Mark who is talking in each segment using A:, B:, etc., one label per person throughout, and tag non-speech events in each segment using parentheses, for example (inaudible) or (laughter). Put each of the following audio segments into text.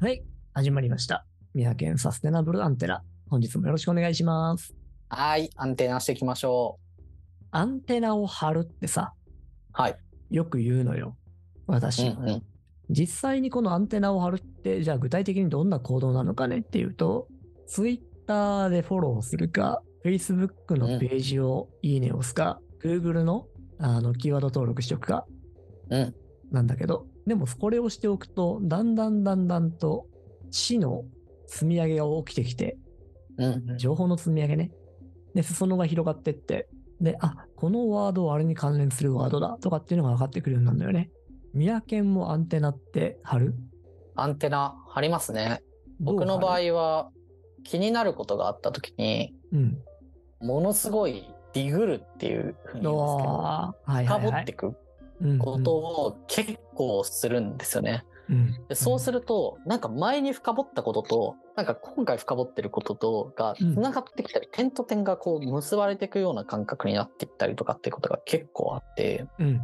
A: はい、始まりました。宮県サステナブルアンテナ。本日もよろしくお願いします。
B: はい、アンテナしていきましょ
A: アンテナを張るってさ、
B: はい。
A: よく言うのよ。
B: う。
A: 私。
B: うんうん。
A: 実際にこのアンテナを張るって、じゃあ具体的にどんな行動なのかねっていうと、Twitter でフォローするか、Facebook のページをいいねを押すか、Google のあのキーワード登録しておくか、
B: うん
A: なんだけど、でもこれをしておくと、だんだんだんだんと知の積み上げが起きてきて、
B: うんうん。
A: 情報の積み上げね。で、裾野が広がってって、で、あ、このワードはあれに関連するワードだとかっていうのが分かってくるようになるんだよね。ミヤケンもアンテナって貼る
B: アンテナ張りますね。僕の場合、は、気になることがあった時に、
A: どう貼るうん。
B: ものすごいディグるっていうふうに言うんですけど、
A: ああ、はい
B: 深
A: はい、
B: 掘
A: はい。
B: ってく
A: うん
B: ことを結構するんですよね。
A: うん
B: でそうすると、なんか前に深掘ったことと、なんか今回深掘ってることとが
A: うん
B: 繋がってきたり、点と点がこう結ばれていくような感覚になっていったりとかっていうことが結構あって、
A: うん。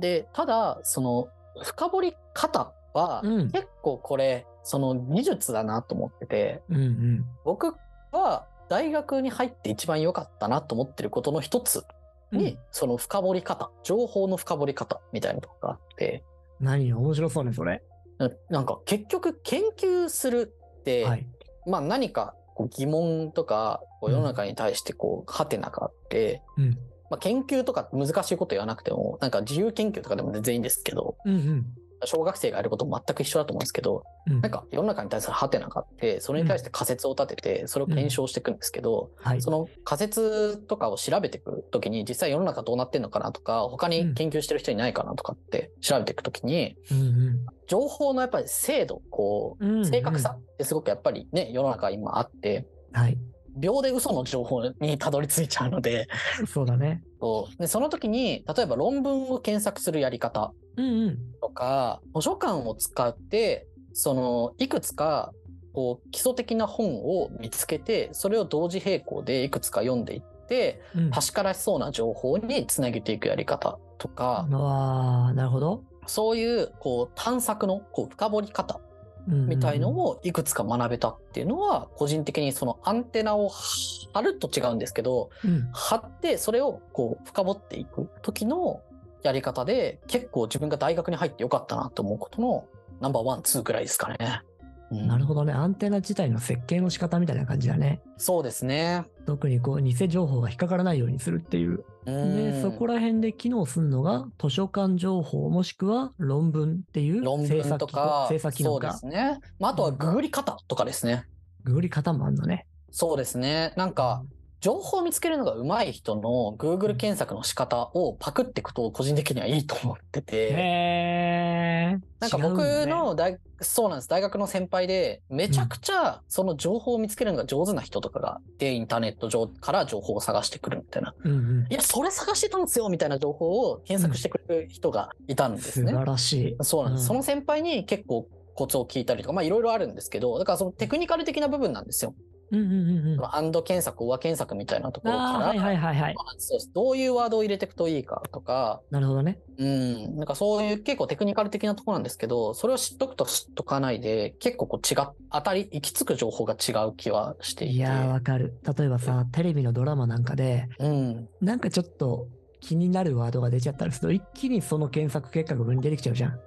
B: で、ただ、その、深掘り方は、
A: うん
B: 結構これ、その技術だなと思ってて、
A: うんうん。
B: 僕は大学に入って一番良かったなと思ってることの一つ
A: うん
B: に、その深掘り方、情報の深掘り方みたいなとこがあって、
A: 何よ面白そうね、それ。
B: ななんか結局研究するって、
A: はい。
B: まあ何かこう疑問とか、こう世の中に対してこう、ハテナがあって、
A: うん。
B: まあ研究とか難しいこと言わなくても、なんか自由研究とかでも全然いいんですけど、
A: うんうん。
B: 小学生がやることも全く一緒だと思うんですけど、
A: うん、
B: なんか世の中に対するハテナがあって、それに対して仮説を立てて、それを検証していくんですけど、
A: はい、
B: その仮説とかを調べていくときに、実際世の中どうなってんのかなとか、他に研究してる人いないかなとかって調べていくときに、
A: うん
B: 情報のやっぱり精度、こ
A: うん、
B: う、正確さってすごくやっぱりね、世の中今あって、
A: うんうん。はい。
B: 秒で嘘の情報にたどり着いちゃうので、
A: そうだね。
B: そうでその時に、例えば論文を検索するやり方
A: うんうん。
B: とか図書館を使ってそのいくつかこう基礎的な本を見つけてそれを同時並行でいくつか読んでいって
A: うん、
B: 確からしそうな情報につなげていくやり方とか
A: ああ、なるほど。
B: そういうこう探索のこう深掘り方
A: うんうんうん
B: みたいのをいくつか学べたっていうのは個人的にそのアンテナを張ると違うんですけど
A: うん、
B: 張ってそれをこう深掘っていく時のやり方で結構自分が大学に入ってよかったなと思うことのナンバーワンツーぐらいですかね。うん
A: なるほどね。アンテナ自体の設計の仕方みたいな感じだね。
B: そうですね。
A: 特にこう、偽情報が引っかからないようにするっていう。
B: う
A: で、
B: ん
A: そこら辺で機能するのが、図書館情報もしくは論文っていう
B: 論
A: 精
B: 文
A: 査
B: と
A: 機能
B: か
A: 精査機
B: そ
A: 能
B: うで
A: か
B: す。ね。まあ、あとはググり方とかですね。
A: ググり方もあるのね。
B: そうですね。なんか情報を見つけるのが上手い人の Google 検索の仕方をパクっていくと個人的にはいいと思ってて。
A: へー。
B: なんか僕の大、そうなんです。大学の先輩で、めちゃくちゃその情報を見つけるのが上手な人とかが、で、インターネット上から情報を探してくるみたいな。
A: 違うんだね、うんうん
B: いや、それ探してたんですよみたいな情報を検索してくれる人がいたんで
A: 素
B: すね。
A: 晴らしい。
B: そうなんです。
A: うん
B: その先輩に結構コツを聞いたりとか、まあいろいろあるんですけど、だからそのテクニカル的な部分なんですよ。
A: うんうんうんうん。
B: そ
A: あ
B: のアンド検索、上検索みたいなところから、
A: あー、はいはいはいはい。
B: そうですどういうワードを入れていくといいかとか、
A: なるほどね。
B: うん、なんかそういう結構テクニカル的なところなんですけど、それを知っとくと知っとかないで、結構こう違っ、当たり、行き着く情報が違う気はしていて。
A: いやー、わかる。例えばさ、テレビのドラマなんかで、
B: うん、
A: なんかちょっと気になるワードが出ちゃったりすると、一気にその検索結果が上に出てきちゃうじゃん。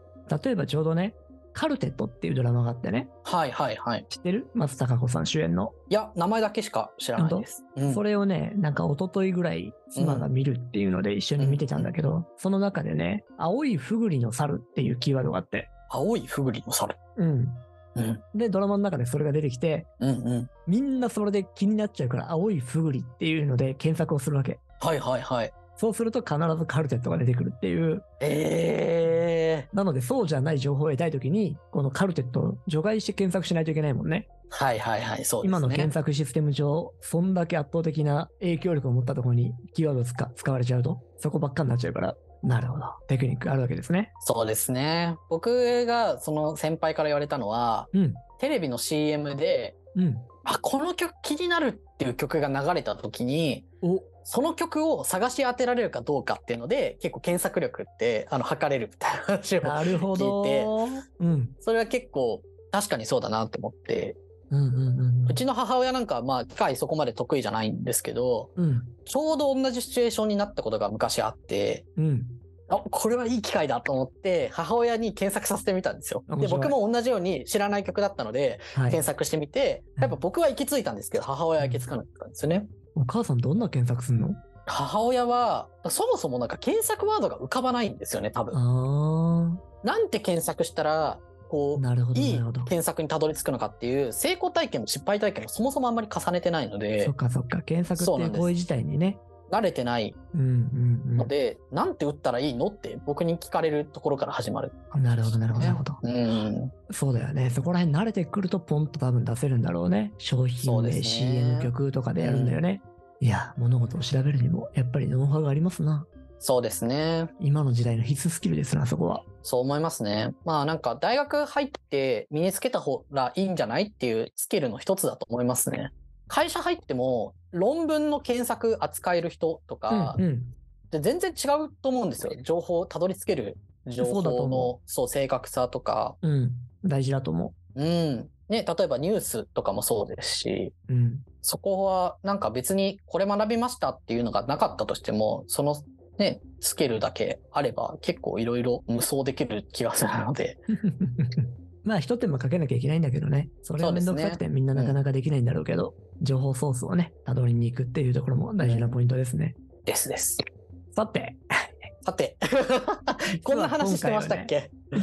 A: 例えばちょうどね、カルテットっていうドラマがあってね、
B: はいはいはい。
A: 知ってる松たか子さん主演の。
B: いや、名前だけしか知らないです。うん
A: それをね、なんか一昨日ぐらい妻が見るっていうので一緒に見てたんだけど、その中でね、青いフグリの猿っていうキーワードがあって、
B: 青いフグリの猿。
A: うん。
B: うん、
A: で、ドラマの中でそれが出てきて、
B: うん、うん。
A: みんなそれで気になっちゃうから、青いフグリっていうので検索をするわけ。
B: はいはいはい。
A: そうすると必ずカルテットが出てくるっていう。
B: ええ
A: なので、そうじゃない情報を得たいときに、このカルテットを除外して検索しないといけないもんね。
B: ー。はいはいはい、そうですね。
A: 今の検索システム上、そんだけ圧倒的な影響力を持ったところにキーワードを使使われちゃうと、そこばっかになっちゃうから。なるほど。テクニックがあるわけですね。
B: そうですね。僕がその先輩から言われたのは、
A: うん。
B: テレビの CM で、
A: うん。
B: あ、この曲気になるっていう曲が流れた時に、
A: お、
B: その曲を探し当てられるかどうかっていうので、結構検索力って、あの、測れるみたいな話を。
A: なるほど。うん。
B: それは結構、確かにそうだなって思って、
A: うんうんうん
B: うちの母親なんかはまあ機械そこまで得意じゃないんですけど、
A: うん
B: ちょうど同じシチュエーションになったことが昔あって、
A: うん
B: あ、これはいい機会だと思って、母親に検索させてみたんですよ。で、
A: 面白い
B: 僕も同じように知らない曲だったので、
A: はい
B: 検索してみて、やっぱ僕は行き着いたんですけど、母親は行き着かなかったんですよね。
A: お母さんどんな検索すんの
B: 母親は、そもそもなんか検索ワードが浮かばないんですよね、多分。
A: あ
B: なんて検索したら、こ
A: あ
B: う、
A: なるほど
B: い
A: ないるほど
B: 検索にたどり着くのかっていう、成功体験も失敗体験もそもそもあんまり重ねてないので
A: そっ、かそっか検索
B: そう
A: っ
B: な
A: て
B: ん
A: いう
B: です
A: 行為自体にね
B: 慣れてない
A: うんうん
B: ので、なんて打ったらいいのって僕に聞かれるところから始まる。
A: うんなるほどなるほどなるほど
B: うん。
A: そうだよねそこら辺慣れてくるとポンと多分出せるんだろうね商
B: そ
A: 品
B: う
A: 名、
B: ですね
A: CM 曲とかでやるんだよね、いや物事を調べるにもやっぱりノウハウがありますな
B: そうですね。
A: 今の時代の必須スキルですなそこは
B: そう思いますね。まあなんか大学入って身につけた方がいいんじゃないっていうスキルの一つだと思いますね。会社入っても論文の検索扱える人とか
A: うん、うん
B: で全然違うと思うんですよ。情報をたどり着ける情
A: そうだと
B: 報の
A: 思
B: そう正確さとか。
A: うん、大事だと思
B: うん。ね、例えばニュースとかもそうですし、
A: う。うん、 (laughs)
B: そこはなんか別にこれ学びましたっていうのがなかったとしても、そのね、スキルだけあれば結構いろいろ無双できる気がするので、
A: まあ、一手間かけなきゃいけないんだけどね。それはめんどくさくて、みんななかなかできないんだろうけど、情報ソースをね、たどりに行くっていうところも大事なポイントですね。
B: ですです。
A: さて、
B: さて、 (laughs) こんな話してましたっけは,、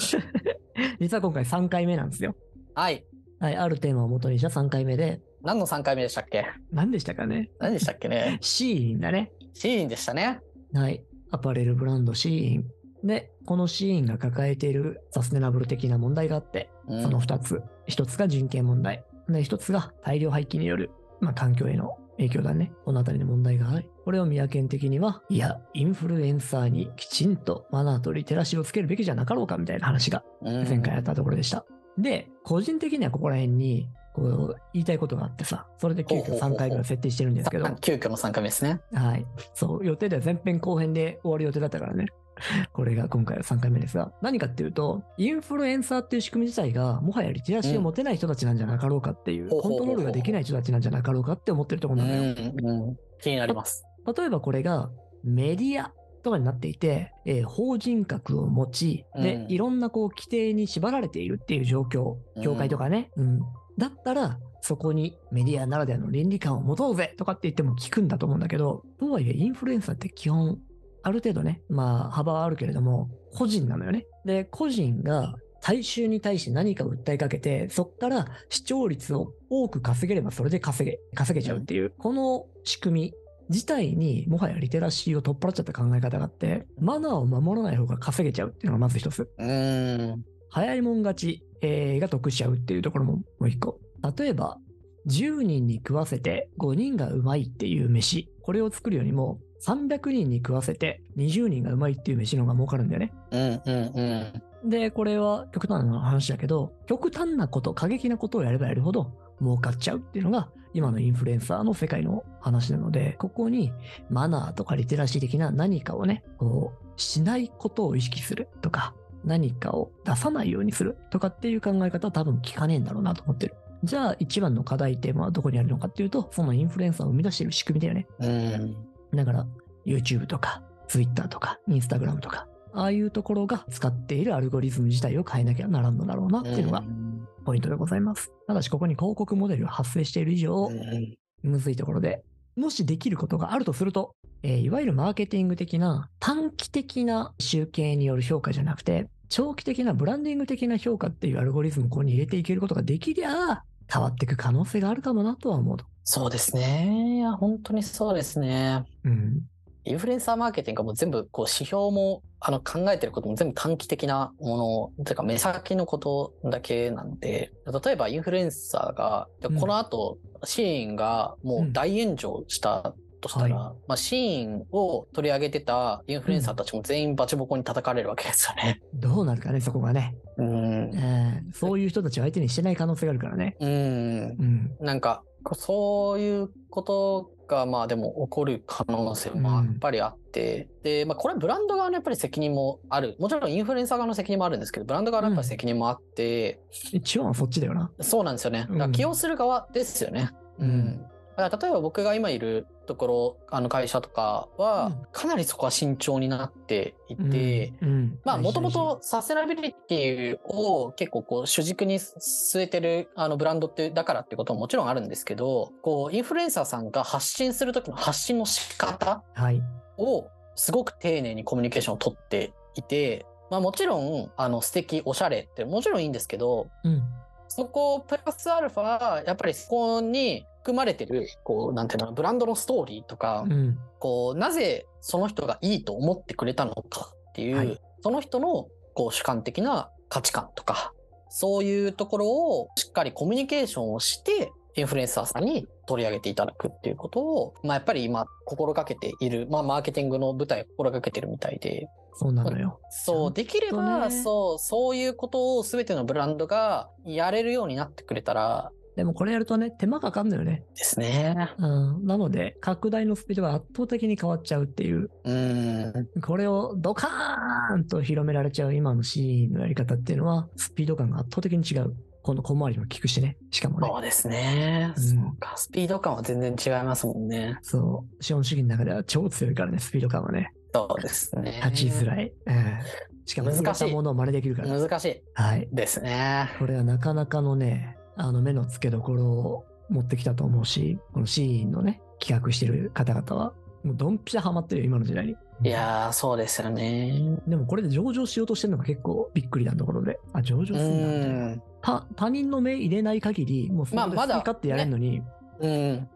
A: 実は今回3回目なんですよ。
B: い。
A: はい、あるテーマを元にした3回目で、
B: 何の3回目でしたっけ
A: 何でしたかね
B: 何でしたっけ
A: (laughs)
B: ね
A: シーインだね。
B: シーンでしたね。
A: はい、アパレルブランドシーイン。で、このシーインが抱えているサステナブル的な問題があって、
B: うん
A: その2つ。1つが人権問題。で、1つが大量廃棄による、まあ、環境への影響だね。このあたりの問題があり。これを宮県的には、いや、インフルエンサーにきちんとマナーとリテラシーをつけるべきじゃなかろうかみたいな話が
B: うん
A: 前回あったところでした。で、個人的にはここら辺に、こう、言いたいことがあってさ、それで急
B: ほうほ
A: 遽
B: うほうほう
A: 3回目を設定してるんですけど、
B: 急遽の3回目ですね。
A: はい。そう、予定では前編後編で終わる予定だったからね。 (laughs) これが今回は3回目ですが、何かっていうと、インフルエンサーっていう仕組み自体が、もはやリテラシーを持てない人たちなんじゃなかろうかっていう、
B: ほう
A: コ
B: ほ
A: ン
B: うほうほ
A: ト
B: う
A: ロールができない人たちなんじゃなかろうかって思ってるとこ
B: う
A: ろ
B: ん
A: なのよ。
B: うん、気になります。
A: 例えばこれが、メディアとかになっていて、えー法人格を持ち、で、
B: うん
A: いろんなこう規定に縛られているっていう状況、
B: うん
A: 業界とかね。うん。だったら、そこにメディアならではの倫理観を持とうぜとかって言っても聞くんだと思うんだけど、とはいえインフルエンサーって基本、ある程度ね、まあ幅はあるけれども、個人なのよね。で、個人が大衆に対して何かを訴えかけて、そっから視聴率を多く稼げればそれで稼げ、稼げちゃうっていう、この仕組み自体にもはやリテラシーを取っ払っちゃった考え方があって、マナーを守らない方が稼げちゃうっていうのがまず一つ。
B: うん。
A: 早いもん勝ち、えーが得しちゃうっていうところももう一個。例えば、10人に食わせて5人がうまいっていう飯、これを作るよりも、300人に食わせて20人がうまいっていう飯の方が儲かるんだよね。
B: うんうんうん。
A: で、これは極端な話だけど、極端なこと、過激なことをやればやるほど儲かっちゃうっていうのが、今のインフルエンサーの世界の話なので、ここにマナーとかリテラシー的な何かをね、こう、しないことを意識するとか、何かを出さないようにするとかっていう考え方は多分聞かねえんだろうなと思ってる。じゃあ一番の課題テーマはどこにあるのかっていうと、そのインフルエンサーを生み出している仕組みだよね。
B: うん。
A: だから、YouTube とか、Twitter とか、Instagram とか、ああいうところが使っているアルゴリズム自体を変えなきゃならんのだろうなっていうのが
B: うん
A: ポイントでございます。ただし、ここに広告モデルが発生している以上
B: う、ん
A: むずいところで、もしできることがあるとすると、えーいわゆるマーケティング的な短期的な集計による評価じゃなくて、長期的なブランディング的な評価っていうアルゴリズムをここに入れていけることができりゃ、変わっていく可能性があるかもなとは思うと。
B: そうですね。いや、本当にそうですね。
A: うん。
B: インフルエンサーマーケティングはもう全部こう指標もあの考えてることも全部短期的なもの、というか目先のことだけなんで、例えばインフルエンサーが、で
A: うん
B: この後シーンがもう大炎上したとしたら、
A: は
B: まあ、シーンを取り上げてたインフルエンサーたちも全員バチボコに叩かれるわけですよね。
A: どうなるかね、そこがね。
B: うん
A: え。ーそういう人たちを相手にしてない可能性があるからね。
B: うん。
A: うん。
B: なんか、そういうことが、まあでも起こる可能性もやっぱりあって、で、まあこれはブランド側のやっぱり責任もある。もちろんインフルエンサー側の責任もあるんですけど、ブランド側のやっぱり責任もあって、
A: 一応はそっちだよな。
B: そうなんですよね。だか
A: う
B: ら
A: ん
B: 起用する側ですよね。
A: うん
B: だから例えば僕が今いるところ、あの会社とか
A: う
B: は
A: ん、
B: かなりそこは慎重になっていて、
A: うん、
B: まあ、もとも
A: 大事大事
B: とサステナビリティを結構こう主軸に据えてるあのブランドってだからってことももちろんあるんですけど、こうインフルエンサーさんが発信するときの発信の仕方
A: はい。
B: をすごく丁寧にコミュニケーションを取っていて、まあもちろんあの素敵、おしゃれってもちろんいいんですけど、
A: うん。
B: そこプラスアルファ、やっぱりそこに含まれてる、こうなんていうのかな、ブランドのストーリーとか、
A: うん。
B: こうなぜその人がいいと思ってくれたのかっていう、
A: はい
B: その人のこう主観的な価値観とかそういうところをしっかりコミュニケーションをしてインフルエンサーさんに取り上げていただくっていうことを、まあ、やっぱり今心がけている、まあ、マーケティングの舞台を心がけてるみたいで
A: そうなのよ。
B: そうできれば、
A: ね
B: そうそういうことを全てのブランドがやれるようになってくれたら
A: でもこれやるとね、手間かかんのよね。
B: ですね。
A: うん。なので、拡大のスピードが圧倒的に変わっちゃうっていう。
B: うん
A: これをドカーンと広められちゃう今のシーンのやり方っていうのは、スピード感が圧倒的に違う。この小回りも効くしね。しかもね。
B: そうですね。
A: うん
B: そうか。スピード感は全然違いますもんね。
A: そう。資本主義の中では超強いからね、スピード感はね。
B: そうですね。
A: 立ちづらい。うんしかも、
B: 難しい
A: 難しいものを真似できるから。
B: 難しい
A: はい。
B: ですね。
A: これはなかなかのね、あの目の付けどころを持ってきたと思うし、このシーンのね、企画してる方々は、もうドンピシャハマってるよ、今の時代に。
B: いやー、そうですよね。
A: でもこれで上場しようとしてるのが結構びっくりなところで。あ、上場す
B: う
A: るんだみたいな。
B: ん。
A: 他他人の目入れない限り、もうそこ
B: まあ
A: で
B: ま
A: 好き
B: だ
A: 勝手やれるのに、
B: うん。
A: うん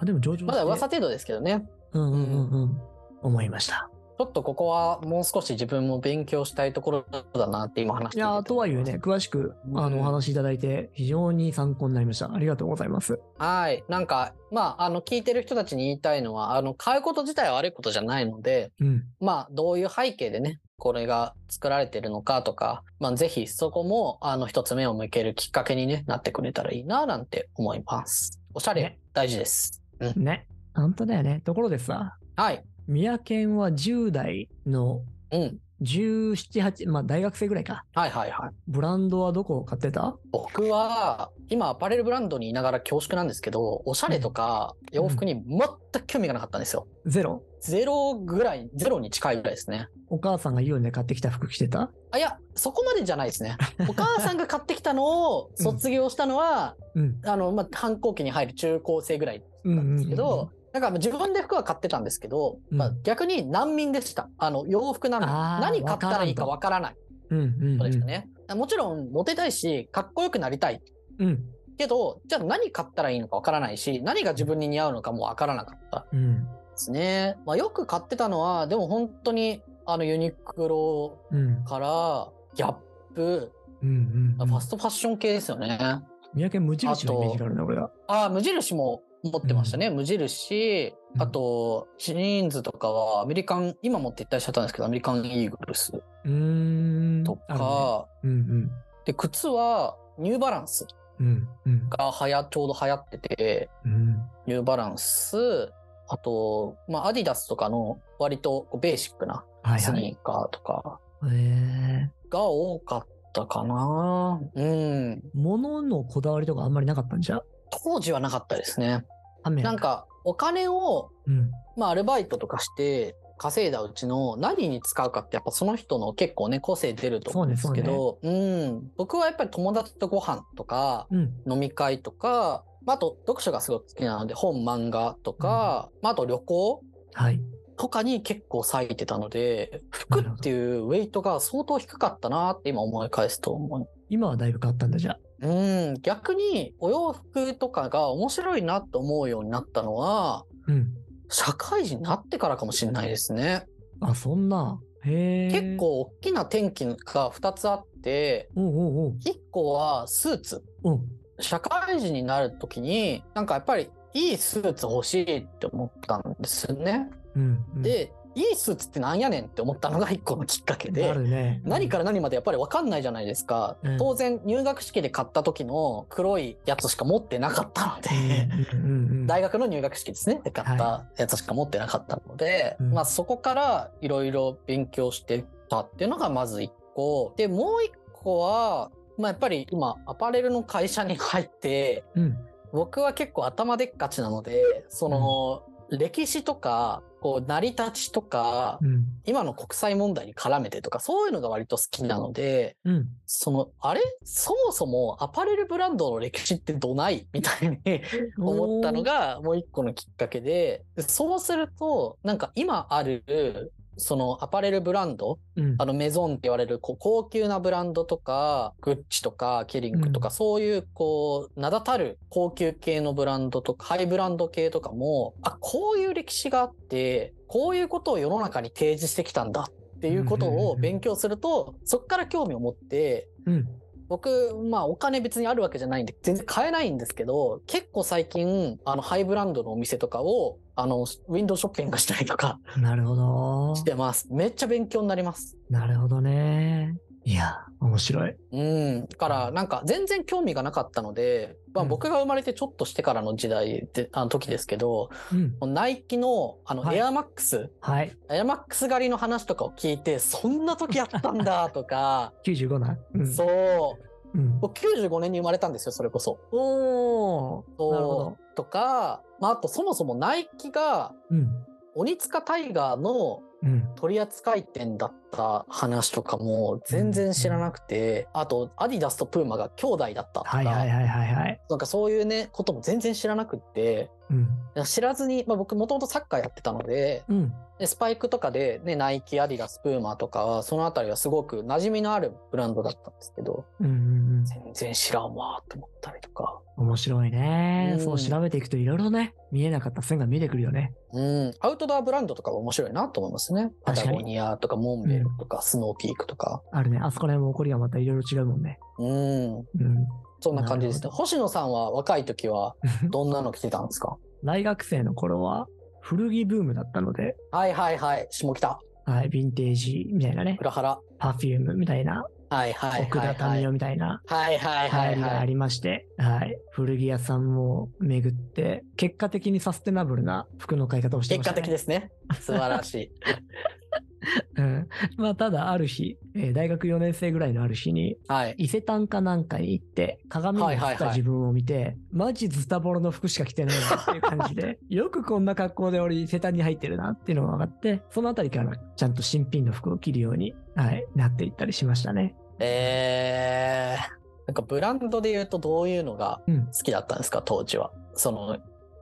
A: あでも上場して
B: まだ噂程度ですけどね。
A: うんうんうんうん、思いました。
B: ちょっとここはもう少し自分も勉強したいところだなって今話し
A: い
B: ていて
A: やーとはいえね、。詳しくあ
B: うん
A: のお話しいただいて、非常に参考になりました。ありがとうございます。
B: はい。なんか、まあ、あの、聞いてる人たちに言いたいのは、あの、買うこと自体は悪いことじゃないので、
A: うん。
B: まあ、どういう背景でね、これが作られてるのかとか、まあ、ぜひそこも、あの、一つ目を向けるきっかけに、ね、なってくれたらいいな、なんて思います。おしゃれ
A: ね、
B: 大事です。
A: ね。本当だよね。ところでさ、
B: はい。
A: 宮健は10代の
B: うん。
A: 17、8、まあ大学生ぐらいか。
B: はいはいはい。
A: ブランドはどこを買ってた
B: 僕は、今、アパレルブランドにいながら恐縮なんですけど、おしゃれとか、
A: ん
B: 洋服に全く興味がなかったんですよ。
A: ゼロ
B: ゼロぐらい、ゼロに近いぐらいですね。
A: お母さんがイオンで買ってきた服着てた
B: あ、いや、そこまでじゃない
A: (laughs)
B: ですね。お母さんが買ってきたのを卒業したのは、
A: うん。
B: あの、まあ、反抗期に入る中高生ぐらい
A: うん
B: だったんですけど、
A: うんうん
B: なんか自分で服は買ってたんですけど、
A: うん
B: まあ、逆に難民でした。あの洋服難民。
A: あー
B: 何買ったらいいかわからない
A: うんうんうん
B: そうでしたね。もちろんモテたいし、かっこよくなりたい。
A: うん。
B: けど、じゃあ何買ったらいいのかわからないし、何が自分に似合うのかもわからなかった
A: うん。
B: ですね。まあ、よく買ってたのは、でも本当にあのユニクロ
A: うん。
B: からギャップ、
A: うん。うん。
B: ファストファッション系ですよね。
A: 宮健無印のイメージがあるね、俺は。
B: ああ、無印も持ってましたね。無印。
A: うん
B: あと、シリーンズとかは、アメリカン、今も撤退しちゃったんですけど、アメリカンイーグルス
A: うーん。
B: と
A: あ
B: か、
A: るね。うん
B: で、靴は、ニューバランス
A: うん。うんうん。
B: がはや、ちょうど流行ってて、
A: うん。
B: ニューバランス、あと、まあ、アディダスとかの、割とこうベーシックな
A: はい
B: ス
A: はい。
B: ニーカーとか
A: え
B: が多かったかな。うん。
A: ー、物のこだわりとかあんまりなかったんじゃ
B: 当時はなかったですね。
A: アメ
B: なんか、お金を
A: うん。
B: まあ、アルバイトとかして稼いだうちの何に使うかってやっぱその人の結構ね個性出ると思うんですけどう、ん、僕はやっぱり友達とご飯とか
A: うん。
B: 飲み会とか、まあ、あと読書がすごく好きなので本漫画とか、まあ、あと旅行
A: はい。
B: とかに結構割いてたので
A: な
B: 服
A: るほど
B: っていうウェイトが相当低かったなって今思い返すと思う。
A: 今はだいぶ変わったんだじゃあ
B: うん、逆にお洋服とかが面白いなと思うようになったのは
A: うん。
B: 社会人になってからかもしれないですね。
A: あ、そんな。へえ。
B: 結。構大きな転機が2つあって、
A: おうおう
B: 1個はスーツ。
A: おう。うん。
B: 社会人になるときに、なんかやっぱりいいスーツ欲しいって思ったんですよね。
A: うんうん、
B: で、いいスーツってなんやねんって思ったのが一個のきっかけ
A: あ
B: で、
A: るね。
B: 何から何までやっぱり分かんないじゃないですか
A: うん。
B: 当然入学式で買った時の黒いやつしか持ってなかったので、
A: うんうんうんうん
B: 大学の入学式ですねで買ったやつしか持ってなかったので、
A: うん
B: まあそこからいろいろ勉強してたっていうのがまず一個でもう一個は、まあ、やっぱり今アパレルの会社に入って
A: うん
B: 僕は結構頭でっかちなのでその歴史とかこう成り立ちとか
A: うん
B: 今の国際問題に絡めてとかそういうのが割と好きなので。
A: うん
B: そのあれそもそもアパレルブランドの歴史ってどないみたいに (laughs) 思ったのがもう一個のきっかけで、そうすると、なんか今ある、そのアパレルブランド、
A: うん
B: あのメゾンって言われるこう高級なブランドとか、グッチとかケリングと
A: う
B: か、
A: ん
B: そういうこう、名だたる高級系のブランドとか、ハイブランド系とかも、あ、こういう歴史があって、こういうことを世の中に提示してきたんだっていうこと
A: うんうんうん
B: を
A: うん
B: 勉強すると、そこから興味を持って、
A: うん
B: 僕、まあお金別にあるわけじゃないんで、全然買えないんですけど、結構最近、あの、ハイブランドのお店とかを、あの、ウィンドウショッピングしたりとか
A: なるほど。
B: してます。めっちゃ勉強になります。
A: なるほどね。いや、面白い。
B: うん。だから、なんか全然興味がなかったので、まあ
A: うん
B: 僕が生まれてちょっとしてからの時代で、あの時ですけど、
A: うん。
B: ナイキの、あの、
A: はい
B: エアマックス、
A: はい。
B: エアマックス狩りの話とかを聞いて、そんな時あったんだとか、
A: 95な。うん。
B: そう。
A: うん、
B: 僕95年に生まれたんですよ、それこそ。
A: おお。なるほど
B: そ。うとか、まあ、あとそもそもナイキが
A: うん。
B: 鬼塚タイガーの
A: うん。
B: 取扱店だった話とかも全然知らなくて、あとアディダスとプーマが兄弟だったとか、
A: はいはいはいはいはい。
B: なんかそういうね、ことも全然知らなくって、
A: うん。
B: 知らずに、まあ、僕もともとサッカーやってたので、
A: うん。
B: でスパイクとかで、ね、ナイキ、アディダス、プーマとかは、そのあたりはすごく馴染みのあるブランドだったんですけど、
A: うんうんうん。
B: 全然知らんわーと思ったりとか。
A: 面白いね。
B: うん
A: そう調べていくといろいろね、見えなかった線が見えてくるよね。
B: うん、アウトドアブランドとかは面白いなと思いますね。パ
A: 確か
B: タ
A: に
B: ゴニアとかモンベルとかスノーピークとか。
A: あるね。あそこら辺も起こりがまたいろいろ違うもんね。
B: うん、
A: うん。
B: そんな感じです
A: な
B: ね。星野さんは若い時はどんなの着てたんですか
A: (laughs) 大学生の頃は古着ブームだったので、
B: はいはいはい。下北、
A: はい、ヴィンテージみたいなね、
B: 裏原。
A: パフュームみたいな、
B: はいはい
A: 奥
B: はい、
A: 田
B: は
A: 民
B: い。
A: 生みたいな
B: はいはい
A: 流行
B: はい
A: りが
B: は
A: あ
B: い。
A: りまして、はい、古着屋さんも巡って、結果的にサステナブルな服の買い方をして
B: 結
A: ました、
B: 果
A: ね。
B: 的ですね。素晴ら
A: (laughs)
B: しい。
A: うん、まあ、ただ、ある日、えー大学4年生ぐらいのある日に、
B: はい。
A: 伊勢丹かなんかに行って、鏡に映
B: はい
A: っ
B: はい
A: た
B: はい
A: 自分を見て、マジズタボロの服しか着てないなっていう感じ
B: (laughs)
A: で、よくこんな格好で俺伊勢丹に入ってるなっていうのが分かって、そのあたりからちゃんと新品の服を着るように、はい、なっていったりしましたね。
B: えー、なんかブランドで言うとどういうのが
A: うん。
B: 好きだったんですか当時は。その、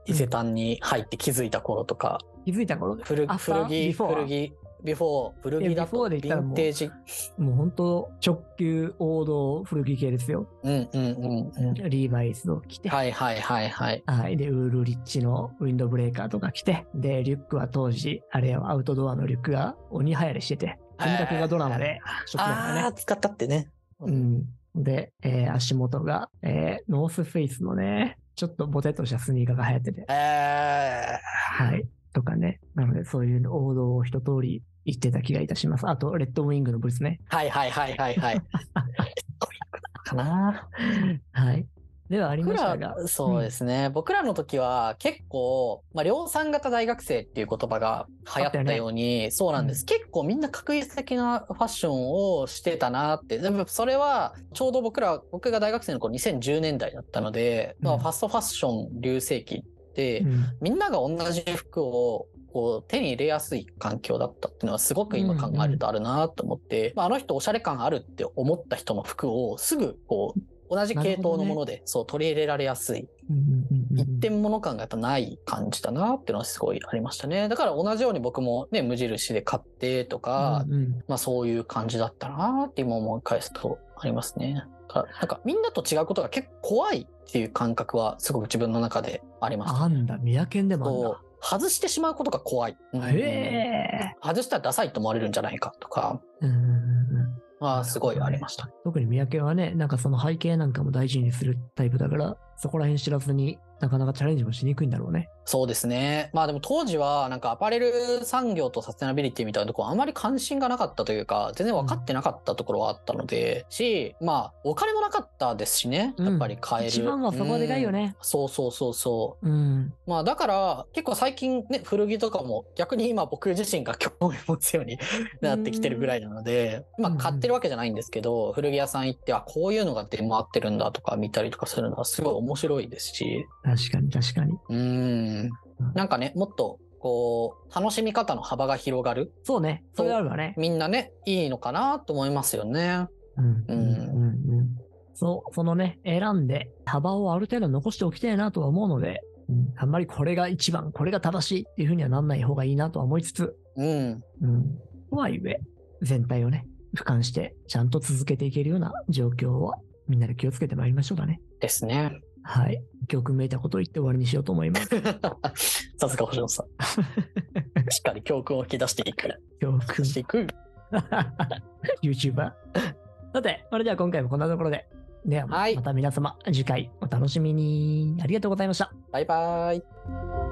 B: 伊勢丹に入って気づいた頃とか。
A: 気づいた頃で、
B: 古
A: アフター
B: 古着、
A: ビフォー
B: 古着、
A: いやビ
B: ビフォー、古着だと、
A: フォーで
B: ヴ
A: 言ったら
B: ィ
A: もう
B: ンテージ。
A: もう本当直球王道古着系ですよ。
B: うんうんうんうん。
A: リーバイスを着て、
B: はいはいはいはい。
A: はい。で、ウールリッチのウィンドブレーカーとか着て、で、リュックは当時、あれよ、アウトドアのリュックが鬼流行りしてて、
B: はい
A: 君
B: はいはい
A: だけがドラマで、初期なん
B: あ
A: だ
B: あー、
A: ね。
B: 使ったってね。う
A: うんん。で、えー足元が、えーノースフェイスのね、ちょっとボテッとしたスニーカーが流行ってて、
B: え
A: はい。とかね。なので、そういう王道を一通り行ってた気がいたします。あと、レッドウィングのブリス
B: (laughs)
A: ね。
B: ー、はいはいはいはい
A: (laughs)
B: はい。かな
A: はい。ではあり
B: 僕
A: ました
B: ら
A: が、、
B: そうですね、僕らの時は結構、まあ、量産型大学生っていう言葉が流行ったように、そうなんです、結構みんな確実的なファッションをしてたなって、でもそれはちょうど僕ら、僕が大学生の頃2010年代だったので、ま
A: う
B: あ、
A: ん
B: ファストファッション流星期って、
A: うん
B: みんなが同じ服をこう手に入れやすい環境だったっていうのはすごく今考えるとあるなと思って、まあ、あの人おしゃれ感あるって思った人の服をすぐこう同じ系統のもので、そう取り入れられやすい
A: うんうんうんうん
B: 一点物感がやっぱない感じだなっていうのはすごいありましたねだから同じように僕もね無印で買ってとか、
A: うんうん
B: まあそういう感じだったなって今思い返すとありますねだからなんかみんなと違うことが結構怖いっていう感覚はすごく自分の中でありましたね
A: あんだ、宮県でも
B: こう外してしまうことが怖い。
A: あんだ。へえ。
B: 外したらダサいと思われるんじゃないかとか、
A: うんうんうんうん
B: まあ、すごいありました。
A: 特に三宅はね、なんかその背景なんかも大事にするタイプだから、そこら辺知らずになかなかチャレンジもしにくいんだろうね。
B: そうですね。まあでも当時はなんかアパレル産業とサステナビリティみたいなところあまり関心がなかったというか、全然分かってなかったところはあったので、し、まあお金もなかったですしね。やっぱり買える。
A: 一番はそこはでかいよね
B: うん。そうそうそうそう。
A: うん。
B: まあだから結構最近ね古着とかも逆に今僕自身が興味持つよう (laughs) になってきてるぐらいなのでまあ買ってるわけじゃないんですけど古着屋さん行ってあこういうのが出回ってるんだとか見たりとかするのはすごい面白いですし
A: 確かに確かに。
B: うんなんかねもっとこう楽しみ方の幅が広がる
A: そうね。それあるわね。
B: みんなねいいのかなと思いますよね。
A: うん
B: う
A: うんんうんうんそう、そのね、選んで、幅をある程度残しておきたいなとは思うので、うんあんまりこれが一番、これが正しいっていうふうにはなんない方がいいなとは思いつつ、
B: うん
A: うん、とはいえ、全体をね、俯瞰して、ちゃんと続けていけるような状況は、みんなで気をつけてまいりましょうだね。
B: ですね。 (laughs)
A: はい。教訓めいたことを言って終わりにしようと思います。
B: さすが星野 (laughs) さん。しっかり教訓を引き出していく。
A: 教
B: 出
A: 訓
B: し。ていく。
A: (laughs) YouTuber。さて、それでは今回もこんなところで。では、
B: はい
A: また皆様、次回お楽しみに。ありがとうございました。
B: バイバイ。